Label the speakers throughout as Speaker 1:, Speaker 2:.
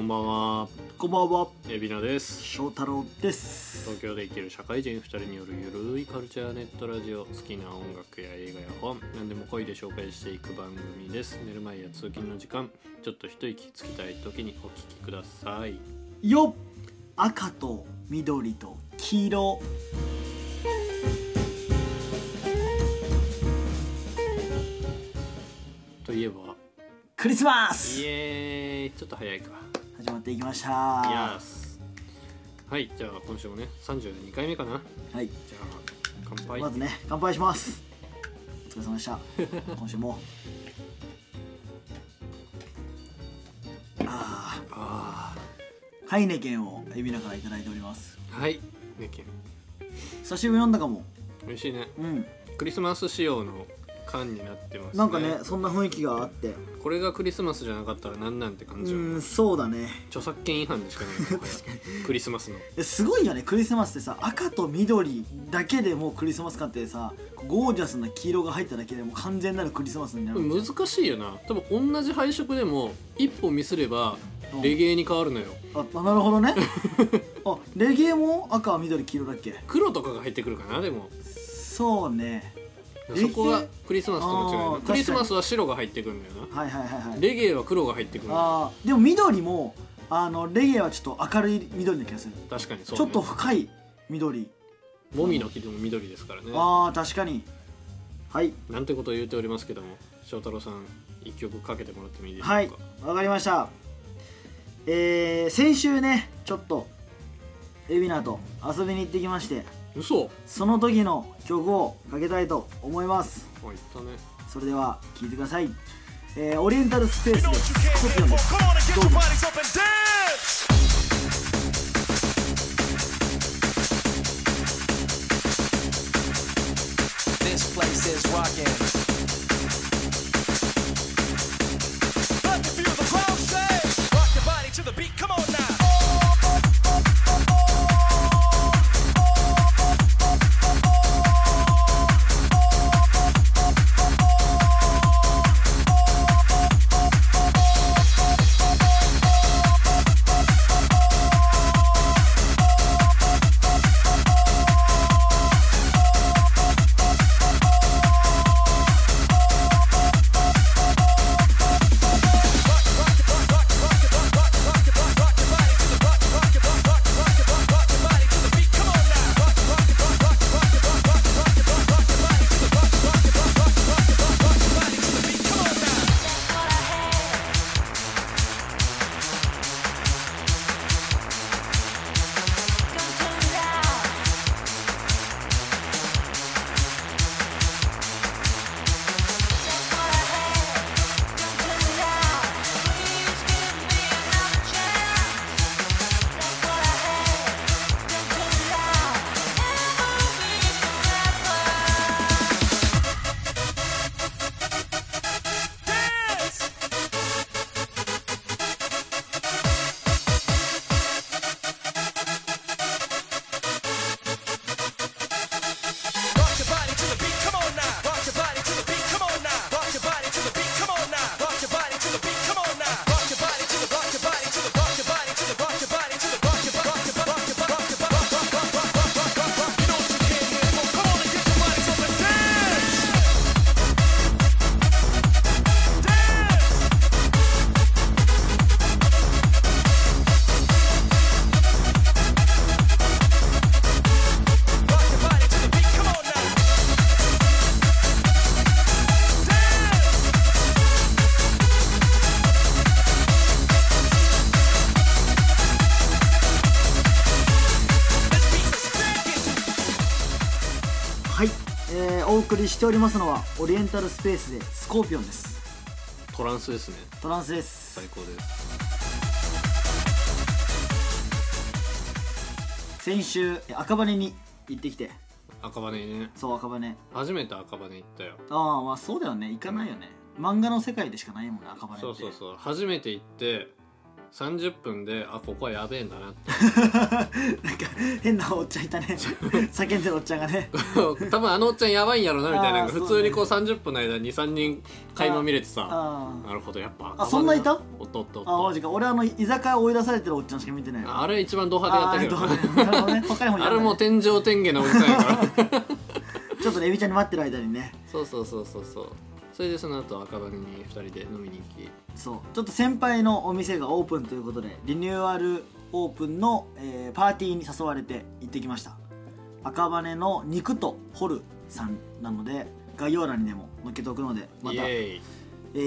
Speaker 1: んばんは
Speaker 2: こんばんは、
Speaker 1: 海老名です
Speaker 2: 翔太郎です。
Speaker 1: 東京で生きる社会人2人によるゆるいカルチャーネットラジオ好きな音楽や映画や本何でも恋で紹介していく番組です寝る前や通勤の時間ちょっと一息つきたい時にお聞きください
Speaker 2: よっ赤と緑と黄色。
Speaker 1: といえば
Speaker 2: クリスマ
Speaker 1: イ
Speaker 2: ス
Speaker 1: エーイちょっと早いか
Speaker 2: 始まっていきました。
Speaker 1: イエスはいじゃあ今週もね32回目かな
Speaker 2: はい。
Speaker 1: じゃあ乾杯
Speaker 2: まずね、乾杯します。お疲れ様でした。今週も。あ
Speaker 1: あ
Speaker 2: あ、ハイネケンを海老名からいただいております。
Speaker 1: ーはいねけん
Speaker 2: 久しぶり飲んだかも。
Speaker 1: 美味しいね
Speaker 2: うん。
Speaker 1: クリスマス仕様の缶になってますね
Speaker 2: なんかね、そんな雰囲気があって。
Speaker 1: これがクリスマスじゃなかったらなんなんて感じよ、
Speaker 2: うん、そうだね。
Speaker 1: 著作権違反でしかないもはやクリスマスの
Speaker 2: えすごいよねクリスマスってさ赤と緑だけでもうクリスマス感ってさゴージャスな黄色が入っただけでもう完全なるクリスマスになるじゃん
Speaker 1: 難しいよな多分同じ配色でも一歩ミスれば
Speaker 2: うん
Speaker 1: レゲエに変わるのよ
Speaker 2: ああなるほど ねあレゲエも赤緑黄色だっけ
Speaker 1: 黒とかが入ってくるかなでも
Speaker 2: そうねレゲエ
Speaker 1: そこがクリスマスとの違い
Speaker 2: あー
Speaker 1: だ
Speaker 2: 確か
Speaker 1: ク
Speaker 2: に
Speaker 1: リスマスは白が入ってくるんだよ
Speaker 2: はいはいはいは
Speaker 1: ないレゲエは黒が入ってくるの
Speaker 2: あーでも緑もあのレゲエはちょっと明るい緑な気がする、
Speaker 1: 確かにそう、
Speaker 2: ちょ
Speaker 1: ね、
Speaker 2: っと深い緑
Speaker 1: もみの木でも緑ですからね
Speaker 2: あー確かにはい
Speaker 1: なんてことを言っておりますけども翔太郎さん一曲かけてもらってもいいでしょうか
Speaker 2: はいわかりましたえー、先週ねちょっと海老名と遊びに行ってきまして
Speaker 1: 嘘
Speaker 2: その時の曲をかけたいと思います
Speaker 1: あ言ったね
Speaker 2: それでは聴いてください、えーオリエンタルスペースで
Speaker 3: Don't you can't
Speaker 2: スコピオン
Speaker 3: get
Speaker 2: で
Speaker 3: more.
Speaker 2: す
Speaker 3: Come on and get your bodies up and dance. Let me feel the crowd say, rock your body to the beat. Come on now. Let's beat the
Speaker 2: はい、えーお送りしておりますのはオリエンタルスペースでスコーピオンです
Speaker 1: トランスですね
Speaker 2: トランスです
Speaker 1: 最高です
Speaker 2: 先週え赤羽に行ってきて
Speaker 1: 赤羽ね
Speaker 2: そう赤羽
Speaker 1: 初めて赤羽行ったよ
Speaker 2: ああまあそうだよね行かないよね漫画の世界でしかないもんね赤羽って
Speaker 1: そうそうそう初めて行って30分であここはやべえんだなって
Speaker 2: なんか変なおっちゃんいたね叫んでるおっちゃんがね
Speaker 1: 多分あのおっちゃんやばいんやろなみたいな
Speaker 2: あーそう
Speaker 1: 普
Speaker 2: ね
Speaker 1: 通にこう30分の間23人垣間見れてさ
Speaker 2: あー
Speaker 1: なるほどやっぱ
Speaker 2: あそんないた
Speaker 1: おっとっとっ
Speaker 2: あ
Speaker 1: と
Speaker 2: マジか俺あの居酒屋追い出されてるおっちゃんしか見てない
Speaker 1: あれ一番ド
Speaker 2: あ
Speaker 1: 派手だった
Speaker 2: ーどう
Speaker 1: けど
Speaker 2: ねなるほどね高い方 に
Speaker 1: あ
Speaker 2: や
Speaker 1: れ
Speaker 2: る
Speaker 1: もう
Speaker 2: ね
Speaker 1: 天井天下のおじさんやから
Speaker 2: ちょっとレビちゃんに待ってる間にね
Speaker 1: そうそうそうそうそうそれでその後赤羽に2人で飲みに行き
Speaker 2: そうちょっと先輩のお店がオープンということでリニューアルオープンの、えーパーティーに誘われて行ってきました赤羽の肉とホルさんなので概要欄にでも載っけておくのでま
Speaker 1: イエ
Speaker 2: た、え
Speaker 1: ーイ
Speaker 2: ー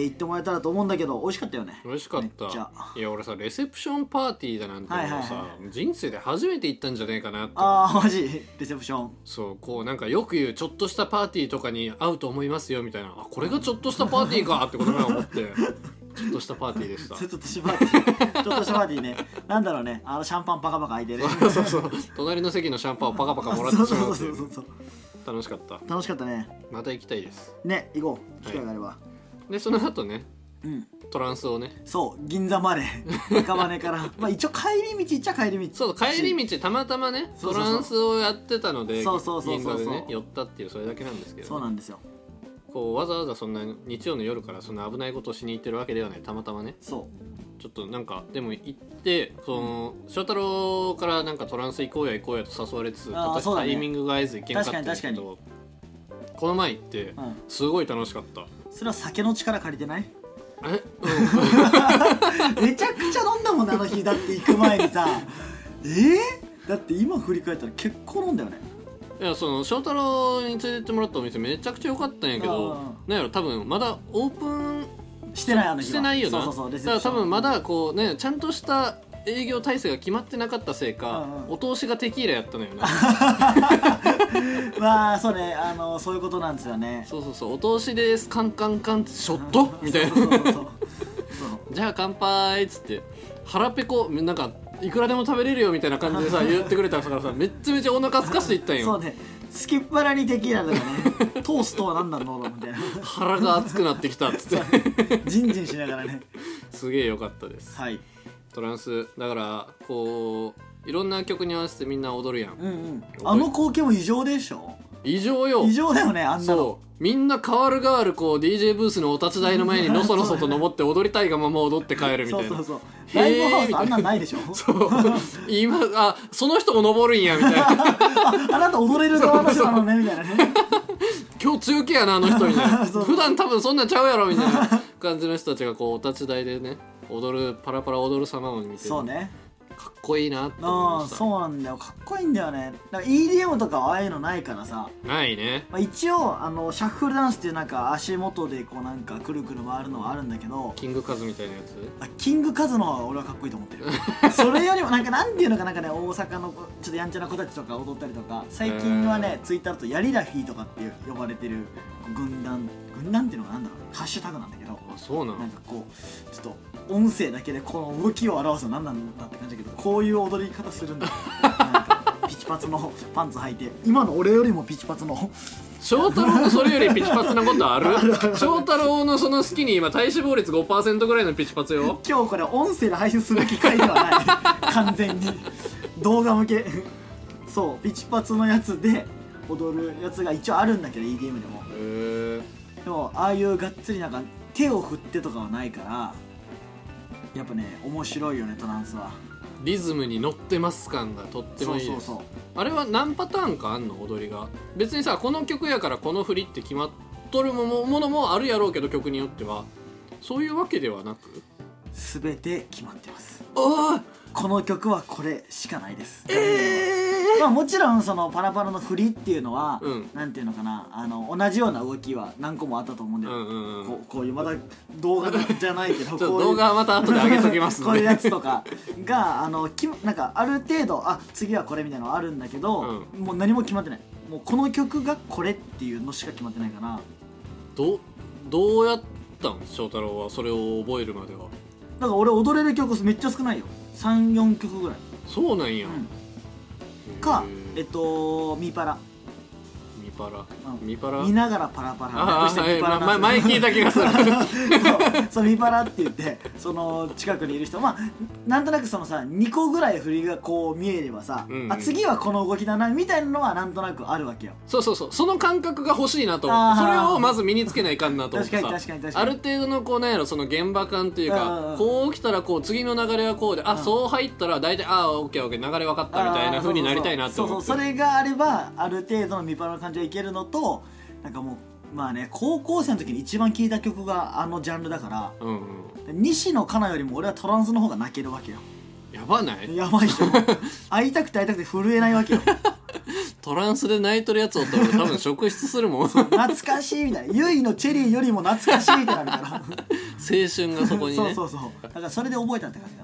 Speaker 2: 行ってもらえたらと思うんだけど美味しかったよね
Speaker 1: 美味しかった
Speaker 2: めっちゃ
Speaker 1: いや俺さレセプションパーティーだなんてもうさ、
Speaker 2: はいはい
Speaker 1: 人生で初めて行ったんじゃねえかなって
Speaker 2: あーマジレセプション
Speaker 1: そうこうなんかよく言うちょっとしたパーティーとかに合うと思いますよみたいなあこれがちょっとしたパーティーかってことが思って ちょっとしたパーティーでした
Speaker 2: ちょっとしばらくちょっとしばらくねなんだろうねあのシャンパンパカパカ開いてね
Speaker 1: そうそう隣の席のシャンパンをパカパカもらって
Speaker 2: そう
Speaker 1: しま
Speaker 2: そうう
Speaker 1: ってい
Speaker 2: そううそうそう
Speaker 1: 楽しかった
Speaker 2: 楽しかったね
Speaker 1: また行きたいです
Speaker 2: ね行こう機会があれば、
Speaker 1: でその後ね
Speaker 2: うん
Speaker 1: トランスをね
Speaker 2: そう銀座 まで赤羽からまあ一応帰り道っちゃ帰り道
Speaker 1: そう帰り道たまたまね
Speaker 2: そ
Speaker 1: ト
Speaker 2: うそうそう
Speaker 1: ランスをやってたので
Speaker 2: そうそうそう
Speaker 1: 銀
Speaker 2: そ
Speaker 1: 座
Speaker 2: うそう
Speaker 1: でね寄ったっていうそれだけなんですけど
Speaker 2: そうなんですよ
Speaker 1: こうわざわざそんな日曜の夜からそんな危ないことをしに行ってるわけではないたまたまね
Speaker 2: そ
Speaker 1: ちょっとなんかでも行ってその翔太郎からなんかトランス行こうや行こうやと誘われつつ、
Speaker 2: あーそうだ
Speaker 1: タ
Speaker 2: ね
Speaker 1: イミングが合えず行けなかったんですけどこの前行って、
Speaker 2: うん
Speaker 1: すごい楽しかった
Speaker 2: うそれは酒の力借りてない
Speaker 1: え
Speaker 2: めちゃくちゃ飲んだもんねあの日だって行く前にさえー、だって今振り返ったら結構飲んだよね
Speaker 1: いやその翔太郎に連れてってもらったお店めちゃくちゃ良かったんやけど
Speaker 2: あ
Speaker 1: なんやろ多分まだオープン
Speaker 2: してないあの日は
Speaker 1: してないよな
Speaker 2: そうそうそう
Speaker 1: だ
Speaker 2: レセ
Speaker 1: か
Speaker 2: プ
Speaker 1: ら
Speaker 2: ショ
Speaker 1: 多
Speaker 2: ン
Speaker 1: 分まだこうねちゃんとした営業体制が決まってなかったせいか、
Speaker 2: うん
Speaker 1: お通しがテキーラやったのよな
Speaker 2: まあそうねあのそういうことなんですよね
Speaker 1: そうそうそうお通しですカンカンカンってショットみたいな
Speaker 2: そうそうそう そうそう
Speaker 1: じゃあ乾杯っつって腹ペコなんかいくらでも食べれるよみたいな感じで さ言ってくれたからさめっちゃめちゃお腹すかしていったん
Speaker 2: そう
Speaker 1: よ、
Speaker 2: ねスキッパラにテキーラとかね トーストは何なんだろうみたいな
Speaker 1: 腹が熱くなってきたっ つって
Speaker 2: ジンジンしながらね
Speaker 1: すげえ良かったです
Speaker 2: はい
Speaker 1: トランスだからこういろんな曲に合わせてみんな踊るやん
Speaker 2: うんうんあの光景も異常でしょ
Speaker 1: 異常よ
Speaker 2: 異常だよねあんなの
Speaker 1: そうみんな変わる変わるこう DJ ブースのお立ち台の前 にのそのそと登って踊りたいがまま踊って帰るみた
Speaker 2: そう
Speaker 1: い
Speaker 2: そう
Speaker 1: な
Speaker 2: そう
Speaker 1: へー
Speaker 2: ライブハウスあんなんないで しょ
Speaker 1: 今あその人も登るんやみたいな
Speaker 2: ああなた踊れる側の人なのねみたいなね
Speaker 1: 今日強気やなあの人みたいな
Speaker 2: そう
Speaker 1: 普段多分そんなんちゃうやろみたいな感じの人たちがこうお立ち台でね踊るパラパラ踊る様を見て
Speaker 2: そう ね
Speaker 1: かっこいいなって思い
Speaker 2: あ
Speaker 1: ました
Speaker 2: そうなんだよかっこいいんだよねなんか EDM とかはああいうのないからさ、
Speaker 1: ないね
Speaker 2: まあ、一応あのシャッフルダンスっていうなんか足元でこうなんかくるくる回るのはあるんだけど
Speaker 1: キングカズみたいなや
Speaker 2: あキングカズの方が俺はかっこいいと思ってるそれよりもなんかなんていうのかなんかね大阪のちょっとやんちゃな子たちとか踊ったりとか最近はね、ツイッターだとヤリラヒーとかっていう呼ばれてる軍団軍団っていうのがなんだろうハッシュタグなんだけど
Speaker 1: つあそうなの
Speaker 2: なんかこうちょっと音声だけでこの動きを表すの何なんだって感じだけどこういう踊り方するんだなんかピチパツのパンツ履いて今の俺よりもピチパツの
Speaker 1: 翔太郎のそれよりピチパツなこと ある翔太郎のその好きに今体脂肪率5%ぐらいのピチパツよ
Speaker 2: 今日これ音声で配信する機会ではない完全に動画向けそうピチパツのやつで踊るやつが一応あるんだけど EDM でも
Speaker 1: へー
Speaker 2: でもああいうがっつりなんか手を振ってとかはないからやっぱね面白いよねトランスは
Speaker 1: リズムに乗ってます感がとって
Speaker 2: そ
Speaker 1: も
Speaker 2: う
Speaker 1: いい
Speaker 2: そ
Speaker 1: で
Speaker 2: う
Speaker 1: す
Speaker 2: そう
Speaker 1: あれは何パターンかあんの踊りが別にさこの曲やからこの振りって決まっとるももものもあるやろうけど曲によってはそういうわけではなく
Speaker 2: 全て決まってます
Speaker 1: おー
Speaker 2: この曲はこれしかないです、まあ、もちろんそのパラパラの振りっていうのは、
Speaker 1: うん
Speaker 2: なんていうのかなあの同じような動きは何個もあったと思うんだ
Speaker 1: う
Speaker 2: よ、
Speaker 1: んうんうん
Speaker 2: こうこういうまだ動画じゃないけ ど
Speaker 1: ちょっ
Speaker 2: こう
Speaker 1: と
Speaker 2: いう
Speaker 1: 動画はまた後で上げときます
Speaker 2: こういう
Speaker 1: ね
Speaker 2: やつとかがあのきなんかある程度あ次はこれみたいなのあるんだけど、もう何も決まってないもうこの曲がこれっていうのしか決まってないから
Speaker 1: どどうやったん翔太郎はそれを覚えるまでは
Speaker 2: だから俺踊れる曲めっちゃ少ないよ34曲ぐらい、
Speaker 1: そうなんや、
Speaker 2: うん、か
Speaker 1: へー
Speaker 2: えっとミーパラ
Speaker 1: ミパラ
Speaker 2: まあ
Speaker 1: ミパラ
Speaker 2: 見ながらパラパラ
Speaker 1: あ
Speaker 2: 略し
Speaker 1: あ、は
Speaker 2: てミ
Speaker 1: い、
Speaker 2: パラ
Speaker 1: ま
Speaker 2: な
Speaker 1: ま
Speaker 2: ん
Speaker 1: 前
Speaker 2: です
Speaker 1: 聞いた気がする
Speaker 2: そうそのミパラって言ってその近くにいる人まあなんとなくそのさ2個ぐらい振りがこう見えればさ、
Speaker 1: うんうん
Speaker 2: あ次はこの動きだなみたいなのはなんとなくあるわけよ
Speaker 1: そうそうそうその感覚が欲しいなと思
Speaker 2: あ
Speaker 1: って
Speaker 2: ー
Speaker 1: それをまず身につけないかんなと思ってさ
Speaker 2: 確かに確かに確か
Speaker 1: あ
Speaker 2: に
Speaker 1: る程度のこうなんやろその現場感という
Speaker 2: うんうん
Speaker 1: か
Speaker 2: うん
Speaker 1: こう起きたらこう次の流れはこうであ
Speaker 2: うん
Speaker 1: そう入ったら大体ああオッケーオッケー流れ分かったみたいな風になりたいなって思
Speaker 2: あ
Speaker 1: っ
Speaker 2: ーそうそうそうそ
Speaker 1: て
Speaker 2: れがあればある程度のミパラの感じはいけるのとなんかもうまあね高校生の時に一番聴いた曲があのジャンルだから
Speaker 1: うんうん
Speaker 2: 西野カナよりも俺はトランスの方が泣けるわけよ
Speaker 1: やばない
Speaker 2: やば いでしょ会いたくて会いたくて震えないわけよ
Speaker 1: トランスで泣いとるやつおったら多分職質するもん 青
Speaker 2: 懐かしいみたいなゆいのチェリーよりも懐かしいってなるから
Speaker 1: 春がそこに
Speaker 2: そう
Speaker 1: ね
Speaker 2: そうそうだからそれで覚えたって感じか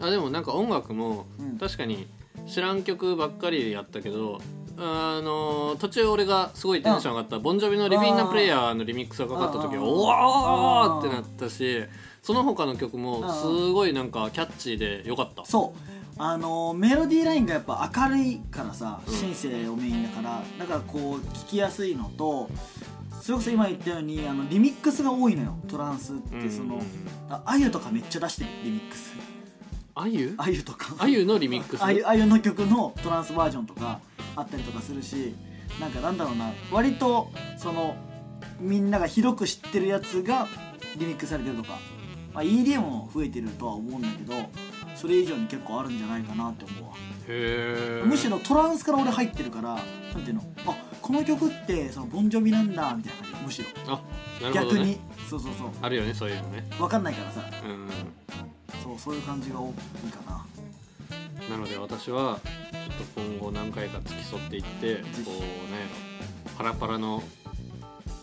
Speaker 2: な
Speaker 1: あでもなんか音楽も
Speaker 2: うん
Speaker 1: 確かに知らん曲ばっかりやったけど、あのー途中俺がすごいテンション上がった、ボンジョビの「リビンナプレイヤー」のリミックスがかかった時は
Speaker 2: うん
Speaker 1: お
Speaker 2: うん
Speaker 1: おーってなったしその他の曲もすごいなんかキャッチーでよかった
Speaker 2: そうあのーメロディーラインがやっぱ明るいからさシンセをメインだからだからこう聞きやすいのとそれこそ今言ったようにあのリミックスが多いのよトランスっ
Speaker 1: うんうんう
Speaker 2: て
Speaker 1: ん
Speaker 2: そのああゆとかめっちゃ出してるリミックス
Speaker 1: あゆ
Speaker 2: あゆとか
Speaker 1: あゆのリミックス
Speaker 2: あゆあゆの曲のトランスバージョンとかあったりとかするしなんかなんだろうな割とそのみんなが広く知ってるやつがリミックスされてるとか、まあ、EDM も増えてるとは思うんだけどそれ以上に結構あるんじゃないかなって思うわ
Speaker 1: へー
Speaker 2: むしろトランスから俺入ってるからなんていうのあこの曲ってそのボンジョビなんだみたいな感じむしろ、
Speaker 1: あなるほ
Speaker 2: 逆
Speaker 1: ど、ね、
Speaker 2: にそうそうそう
Speaker 1: あるよねそういうのね
Speaker 2: 分かんないからさ
Speaker 1: うん
Speaker 2: そうそういう感じが多いかな
Speaker 1: なので私はちょっと今後何回か付き添っていって
Speaker 2: ひ
Speaker 1: こうなんやろパラパラの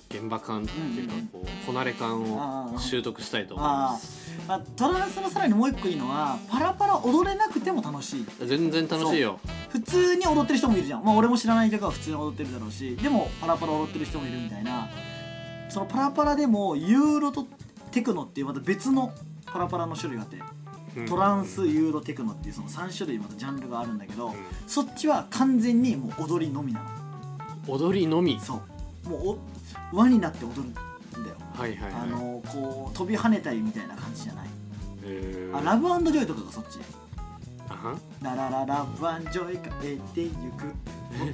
Speaker 1: 現場感っていうか
Speaker 2: うんうん
Speaker 1: こうこなれ感
Speaker 2: あ
Speaker 1: を
Speaker 2: あ
Speaker 1: 習得したいと思います
Speaker 2: まあ、トランスのさらにもう一個いいのはパラパラ踊れなくても楽しい
Speaker 1: 全然楽しいよ
Speaker 2: 普通に踊ってる人もいるじゃんまあ俺も知らない曲は普通に踊ってるだろうしでもパラパラ踊ってる人もいるみたいなそのパラパラでもユーロとテクノっていうまた別のパラパラの種類があって
Speaker 1: うん
Speaker 2: トランスユーロテクノっていうその3種類またジャンルがあるんだけど、
Speaker 1: うん
Speaker 2: そっちは完全にもう踊りのみなの
Speaker 1: 踊りのみ
Speaker 2: そうもうお輪になって踊るんだよ
Speaker 1: はいはい
Speaker 2: あ
Speaker 1: はい
Speaker 2: のこう飛び跳ねたりみたいな感じじゃない
Speaker 1: へー
Speaker 2: あラブジョイとかがそっち
Speaker 1: あはん
Speaker 2: ララララブジョイかえてゆく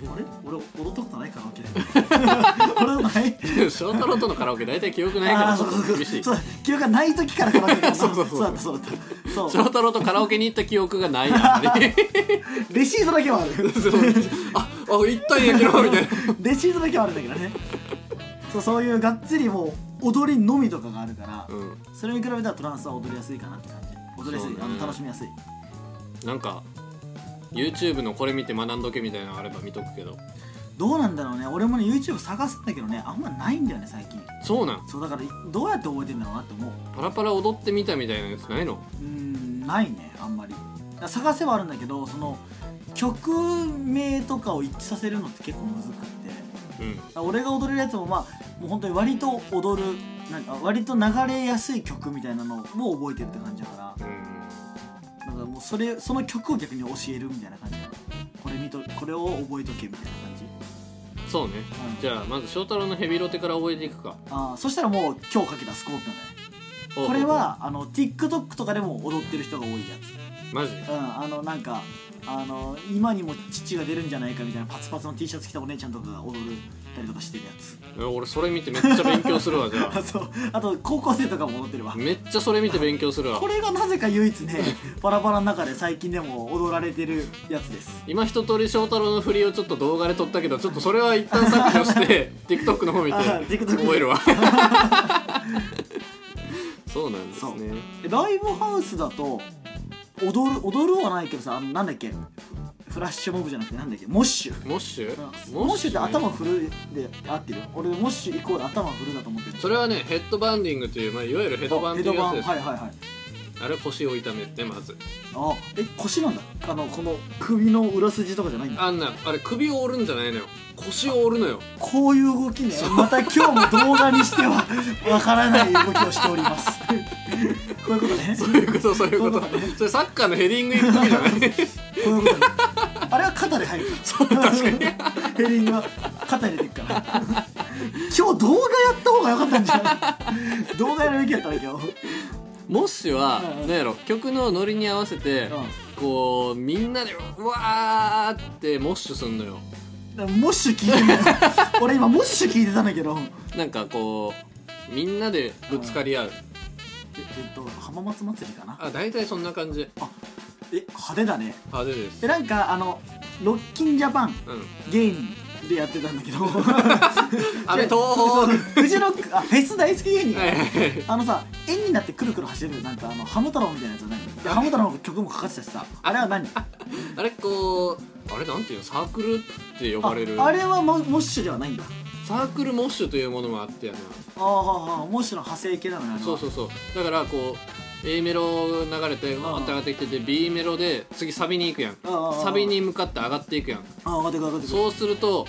Speaker 2: おあれ俺踊ったことないカラオケで 俺のない
Speaker 1: 翔太郎とのカラオケ大体記憶ないか
Speaker 2: あ
Speaker 1: ら
Speaker 2: ー
Speaker 1: ちょ
Speaker 2: そ
Speaker 1: っ
Speaker 2: う
Speaker 1: と
Speaker 2: そう
Speaker 1: 厳しい
Speaker 2: そ
Speaker 1: 翔
Speaker 2: う記憶がない時からカラオケだから
Speaker 1: そうそうそう
Speaker 2: だったそうだったそう
Speaker 1: 太郎とカラオケに行った記憶が ないあんまり
Speaker 2: レシートだけはある
Speaker 1: ああ行ったんやけどみたいな
Speaker 2: レシートだけはあるんだけどねそうそういうがっつりもう踊りのみとかがあるから、
Speaker 1: うん
Speaker 2: それに比べたらトランスは踊りやすいかなって感じ踊りやす
Speaker 1: そ
Speaker 2: い、
Speaker 1: うね
Speaker 2: あの楽しみやすい
Speaker 1: なんか YouTube のこれ見て学んどけみたいなのあれば見とくけど
Speaker 2: どうなんだろうね俺もね YouTube 探すんだけどねあんまないんだよね最近
Speaker 1: そうなん
Speaker 2: そうだからいどうやって覚えてんだろうなって思う
Speaker 1: パラパラ踊ってみたみたいなやつないの
Speaker 2: うーんないねあんまり探せばあるんだけどその曲名とかを一致させるのって結構むずくってだか
Speaker 1: うん
Speaker 2: ら俺が踊れるやつもまあもう本当に割と踊るなんか割と流れやすい曲みたいなのを覚えてるって感じだから
Speaker 1: うん
Speaker 2: だからもうそれその曲を逆に教えるみたいな感じこれ見とこれを覚えとけみたいな感じ
Speaker 1: そうね
Speaker 2: うん
Speaker 1: じゃあまず翔太郎のヘビロテから覚えていくか
Speaker 2: あーそしたらもう今日かけたスコーピオンだねこれはあの TikTok とかでも踊ってる人が多いやつ
Speaker 1: マジ
Speaker 2: うん、あのなんかあの今にも父が出るんじゃないかみたいなパツパツの T シャツ着たお姉ちゃんとかが踊るたりとかしてるやつ
Speaker 1: え俺それ見てめっちゃ勉強するわじゃ
Speaker 2: あ そうあと高校生とかも踊ってるわ
Speaker 1: あ めっちゃそれ見て勉強するわ
Speaker 2: これがなぜか唯一ねバラバラの中で最近でも踊られてるやつです
Speaker 1: 今一通り翔太郎の振りをちょっと動画で撮ったけどちょっとそれは一旦削除して TikTok の方見て
Speaker 2: あ TikTok
Speaker 1: 覚え るわそうなんですね
Speaker 2: でライブハウスだと踊る踊るはないけどさあのなんだっけフフラッシュモブじゃなくてなんだっけモッシュ
Speaker 1: モッシュ
Speaker 2: モッシュって
Speaker 1: ね
Speaker 2: 頭振るで合ってる俺モッシュイコール頭振るだと思ってる
Speaker 1: それはねヘッドバンディングという、まあ、いわゆるヘッドバン
Speaker 2: ヘ
Speaker 1: と
Speaker 2: ド
Speaker 1: いうや
Speaker 2: バ
Speaker 1: つ
Speaker 2: ン
Speaker 1: です、
Speaker 2: はいはいはい
Speaker 1: あれは腰を痛めてまず
Speaker 2: あえ腰なんだあのこの首の裏筋とかじゃないんだ
Speaker 1: あんなあれ首を折るんじゃないのよ腰を折るのよ
Speaker 2: こういう動きねまた今日も動画にして はわからない動きをしておりますこういうことね
Speaker 1: そういうことそういうこと
Speaker 2: そうだね
Speaker 1: それサッ カーのヘディングいく時じゃない
Speaker 2: こういうことねあれは肩で入る
Speaker 1: そう確かに
Speaker 2: ヘリングは肩入れてっから今日動画やった方が良かったんじゃない動画やるべきやったら今日
Speaker 1: モッシュは
Speaker 2: うんうん
Speaker 1: 何やろ曲のノリに合わせてこうみんなでうわーってモッシュすんのよ
Speaker 2: でもモッシュ聞いてみよう俺今モッシュ聞いてたんだけど
Speaker 1: なんかこうみんなでぶつかり合う
Speaker 2: ええっと浜松祭りかな
Speaker 1: あ大体そんな感じ
Speaker 2: え派手だね
Speaker 1: 派手です
Speaker 2: えなんかあのロッキンジャパン
Speaker 1: うん
Speaker 2: 芸人でやってたんだ けど
Speaker 1: 阿部東
Speaker 2: そう
Speaker 1: 宝
Speaker 2: フジロックあフェス大好き芸人
Speaker 1: はいはい
Speaker 2: あのさ円になってくるくる走るなんかあのハム太郎みたいなやつは何でハム太郎の曲もかかってたしさあれは何
Speaker 1: あれこうあれなんていうのサークルって呼ばれる
Speaker 2: ああれはモモッシュではないんだ
Speaker 1: サークルモッシュというものもあってやな
Speaker 2: あーはーはーモッシュの派生系なのよあれは
Speaker 1: そうそうそうだからこう A メロ流れてわーって上がってきてて B メロで次サビに行くやん
Speaker 2: ああ
Speaker 1: サビに向かって上がっていくやん
Speaker 2: あー上がってく上がってく
Speaker 1: そうすると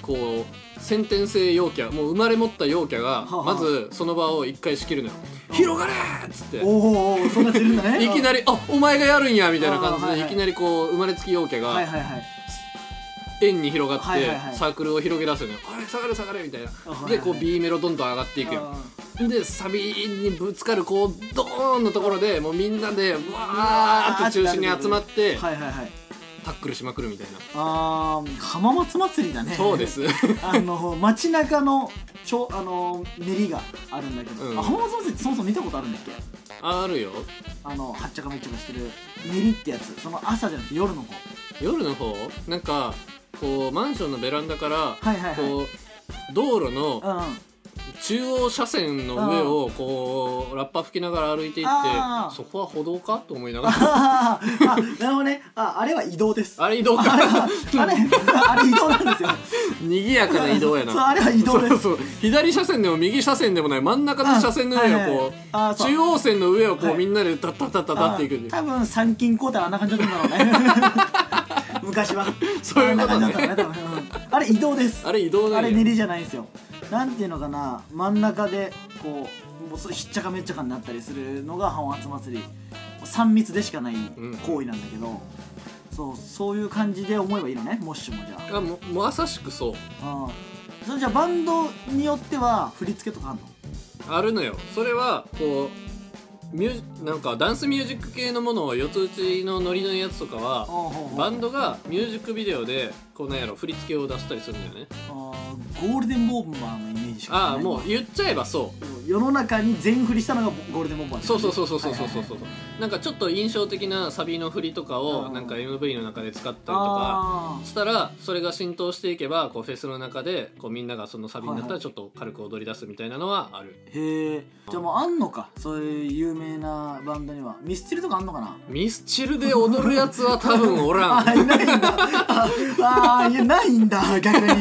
Speaker 1: こう先天性陽キャもう生まれ持った陽キャが
Speaker 2: はあ
Speaker 1: まずその場を一回仕切るのよ「広がれ!」っつって
Speaker 2: おーおーおーそんなやついるんだね
Speaker 1: いきな
Speaker 2: り
Speaker 1: り「あお前がやるんや」みたいな感
Speaker 2: あは
Speaker 1: じ
Speaker 2: い
Speaker 1: でい
Speaker 2: はい
Speaker 1: きなりこう生まれつき陽キャ
Speaker 2: はい
Speaker 1: が
Speaker 2: はいはい
Speaker 1: 円に広がっ
Speaker 2: はいはい
Speaker 1: て
Speaker 2: はい
Speaker 1: サークルを広げ出すのよ「あれ下がれ下がれ」みたい
Speaker 2: はいは
Speaker 1: ないでこう B メロどんどん上がっていくよでサビにぶつかるこうドーンのところでもうみんなでわーっと中心に集まって
Speaker 2: はいはいはい
Speaker 1: タックルしまくるみたいな
Speaker 2: あー浜松祭りだね
Speaker 1: そうです
Speaker 2: あの街中のちょあの練りがあるんだけど、
Speaker 1: うん
Speaker 2: あ浜松祭りってそもそも見たことあるんだっけ
Speaker 1: あるよ
Speaker 2: あのはっちゃかめっちゃかしてる練りってやつその朝じゃなくて夜の方
Speaker 1: 夜の方なんかこうマンションのベランダから、
Speaker 2: はいはいはい
Speaker 1: こう道路の
Speaker 2: うんうん
Speaker 1: 中央車線の上をこうラッパ吹きながら歩いていって
Speaker 2: あー
Speaker 1: そこは歩道かと思いなが ら
Speaker 2: あーあなるほどねああれは移動です
Speaker 1: あれ移動
Speaker 2: あれ
Speaker 1: か
Speaker 2: はあれあれ移動なんですよ
Speaker 1: 賑やかな移動やな
Speaker 2: そうあれは移動です
Speaker 1: そうそう左車線でも右車線でもない真ん中の車線の上を
Speaker 2: うんはい
Speaker 1: こ,、
Speaker 2: はいうあーそう
Speaker 1: 中央線の上をこう、
Speaker 2: はい
Speaker 1: みんなでタッタッタッタッタっていく
Speaker 2: 多分参勤交代はあんな感じだったんだろうね昔は
Speaker 1: そういうことね
Speaker 2: あんな感じだったんだね多分うんあれ移動です
Speaker 1: あれ移動
Speaker 2: あ
Speaker 1: なん
Speaker 2: れ
Speaker 1: や
Speaker 2: 練りじゃないんですよなんていうのかな真ん中でこうもうそれひっちゃかめっちゃかになったりするのが浜松祭り3密でしかない
Speaker 1: ん
Speaker 2: 行為なんだけど、そうそういう感じで思えばいいのねモッシュもじゃ
Speaker 1: あももうまさしくそう
Speaker 2: あうんそれじゃあバンドによっては振り付けとかあんの
Speaker 1: あるのよそれはこうミュージなんかダンスミュージック系のものを四つ打ちのノリのやつとかは
Speaker 2: ほうほうほう
Speaker 1: バンドがミュージックビデオでこうなんやろ振り付けを出したりするんだよね
Speaker 2: あーゴールデンボンバーのイメージしか
Speaker 1: ああ
Speaker 2: ない
Speaker 1: もう言っちゃえばそ
Speaker 2: 世の中に全振りしたのがゴールデンボンバー
Speaker 1: う
Speaker 2: です
Speaker 1: そ
Speaker 2: ね
Speaker 1: うそうそうそうそうそう
Speaker 2: はいは
Speaker 1: そ
Speaker 2: いうはい
Speaker 1: そうなんかちょっと印象的なサビの振りとか
Speaker 2: う
Speaker 1: を
Speaker 2: ん
Speaker 1: なんか MV の中で使ったりとか
Speaker 2: あ
Speaker 1: したらそれが浸透していけばこうフェスの中でこうみんながそのサビになったらちょっと軽く踊り出すみたいなのはある
Speaker 2: ーへえじゃあもうあんのかそういう有名なバンドにはミスチルとかあんのかな
Speaker 1: ミスチルで踊るやつは多分お らん
Speaker 2: あいないんだああーいやないんだ逆に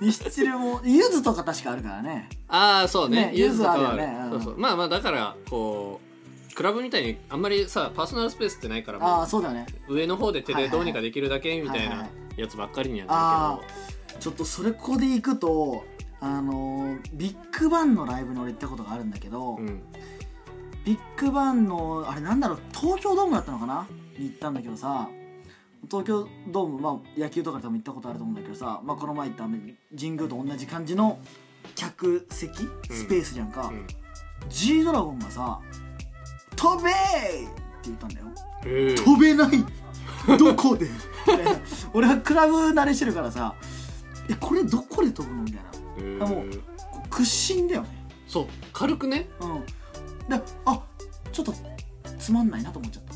Speaker 2: ミスチルもゆずとか確かあるからね
Speaker 1: ああそうね
Speaker 2: ね
Speaker 1: ゆずとかはあ
Speaker 2: ゆずあるよね
Speaker 1: るそ
Speaker 2: うん
Speaker 1: うそうまあまあだからこうクラブみたいにあんまりさパーソナルスペースってないから
Speaker 2: あ
Speaker 1: も
Speaker 2: あそうだね
Speaker 1: う上の方で手でどうにかできるだけみたい
Speaker 2: はいは
Speaker 1: ないやつばっかりには
Speaker 2: あ
Speaker 1: なるけど
Speaker 2: あちょっとそれここで行くとあのービッグバンのライブに俺行ったことがあるんだけど、
Speaker 1: うん
Speaker 2: ビッグバンのあれなんだろう東京ドームだったのかなに行ったんだけどさ東京ドーム、まあ、野球とかで多分行ったことあると思うんだけどさ、まあ、この前行ったあの神宮と同じ感じの客席スペースじゃんか、
Speaker 1: うん、
Speaker 2: G ドラゴンがさ「飛べー!」って言ったんだよ
Speaker 1: えー
Speaker 2: 飛べないど こでみたいな俺はクラブ慣れしてるからさえこれどこで飛ぶのみたいな
Speaker 1: えー
Speaker 2: あもうこう屈伸だよね
Speaker 1: そう軽くね
Speaker 2: うんであちょっとつまんないなと思っちゃった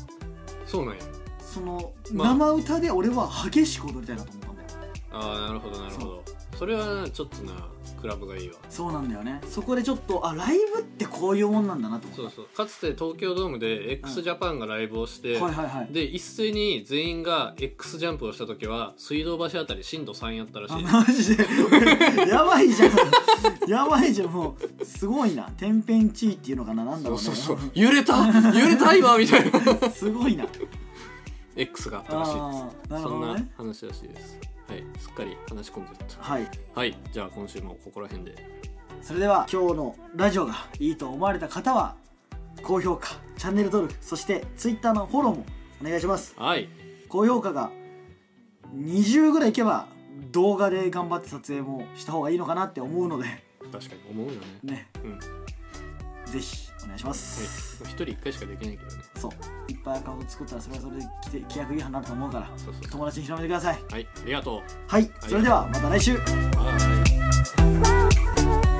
Speaker 1: そうなんや
Speaker 2: その、
Speaker 1: まあ
Speaker 2: 生歌で俺は激しく踊りたいなと思ったんだよ
Speaker 1: ああなるほどなるほどそれはちょっとなクラブがいいわ
Speaker 2: そうなんだよねそこでちょっとあライブってこういうもんなんだなと思った
Speaker 1: そうそうかつて東京ドームで x ジャパンがライブをして、
Speaker 2: はいはいはい
Speaker 1: で一斉に全員が X ジャンプをした時は水道橋あたり震度3やったらしい
Speaker 2: あマジで やばいじゃん やばいじゃんもうすごいな天変地異っていうのかななんだろうね
Speaker 1: そうそうそう 揺れた揺れた今みたいな
Speaker 2: すごいな
Speaker 1: X があったらしいです
Speaker 2: あーなる
Speaker 1: そ
Speaker 2: ほ
Speaker 1: ん
Speaker 2: ど
Speaker 1: な
Speaker 2: ね
Speaker 1: 話らしいですはいすっかり話し込んじゃっ
Speaker 2: はい
Speaker 1: たはいじゃあ今週もここら辺で
Speaker 2: それでは今日のラジオがいいと思われた方は高評価チャンネル登録そしてツイッターのフォローもお願いします
Speaker 1: はい
Speaker 2: 高評価が20ぐらいいけば動画で頑張って撮影もした方がいいのかなって思うので
Speaker 1: 確かに思うよね
Speaker 2: ね
Speaker 1: うんはい
Speaker 2: ぜひお願いします、
Speaker 1: まあ一人一回しかできないけどね
Speaker 2: そういっぱいアカウント作ったらそれはそれで規定規約違反になると思うから
Speaker 1: そうそうそう
Speaker 2: 友達に広めてください
Speaker 1: はいありがとう
Speaker 2: はいそれではまた来週
Speaker 1: バイ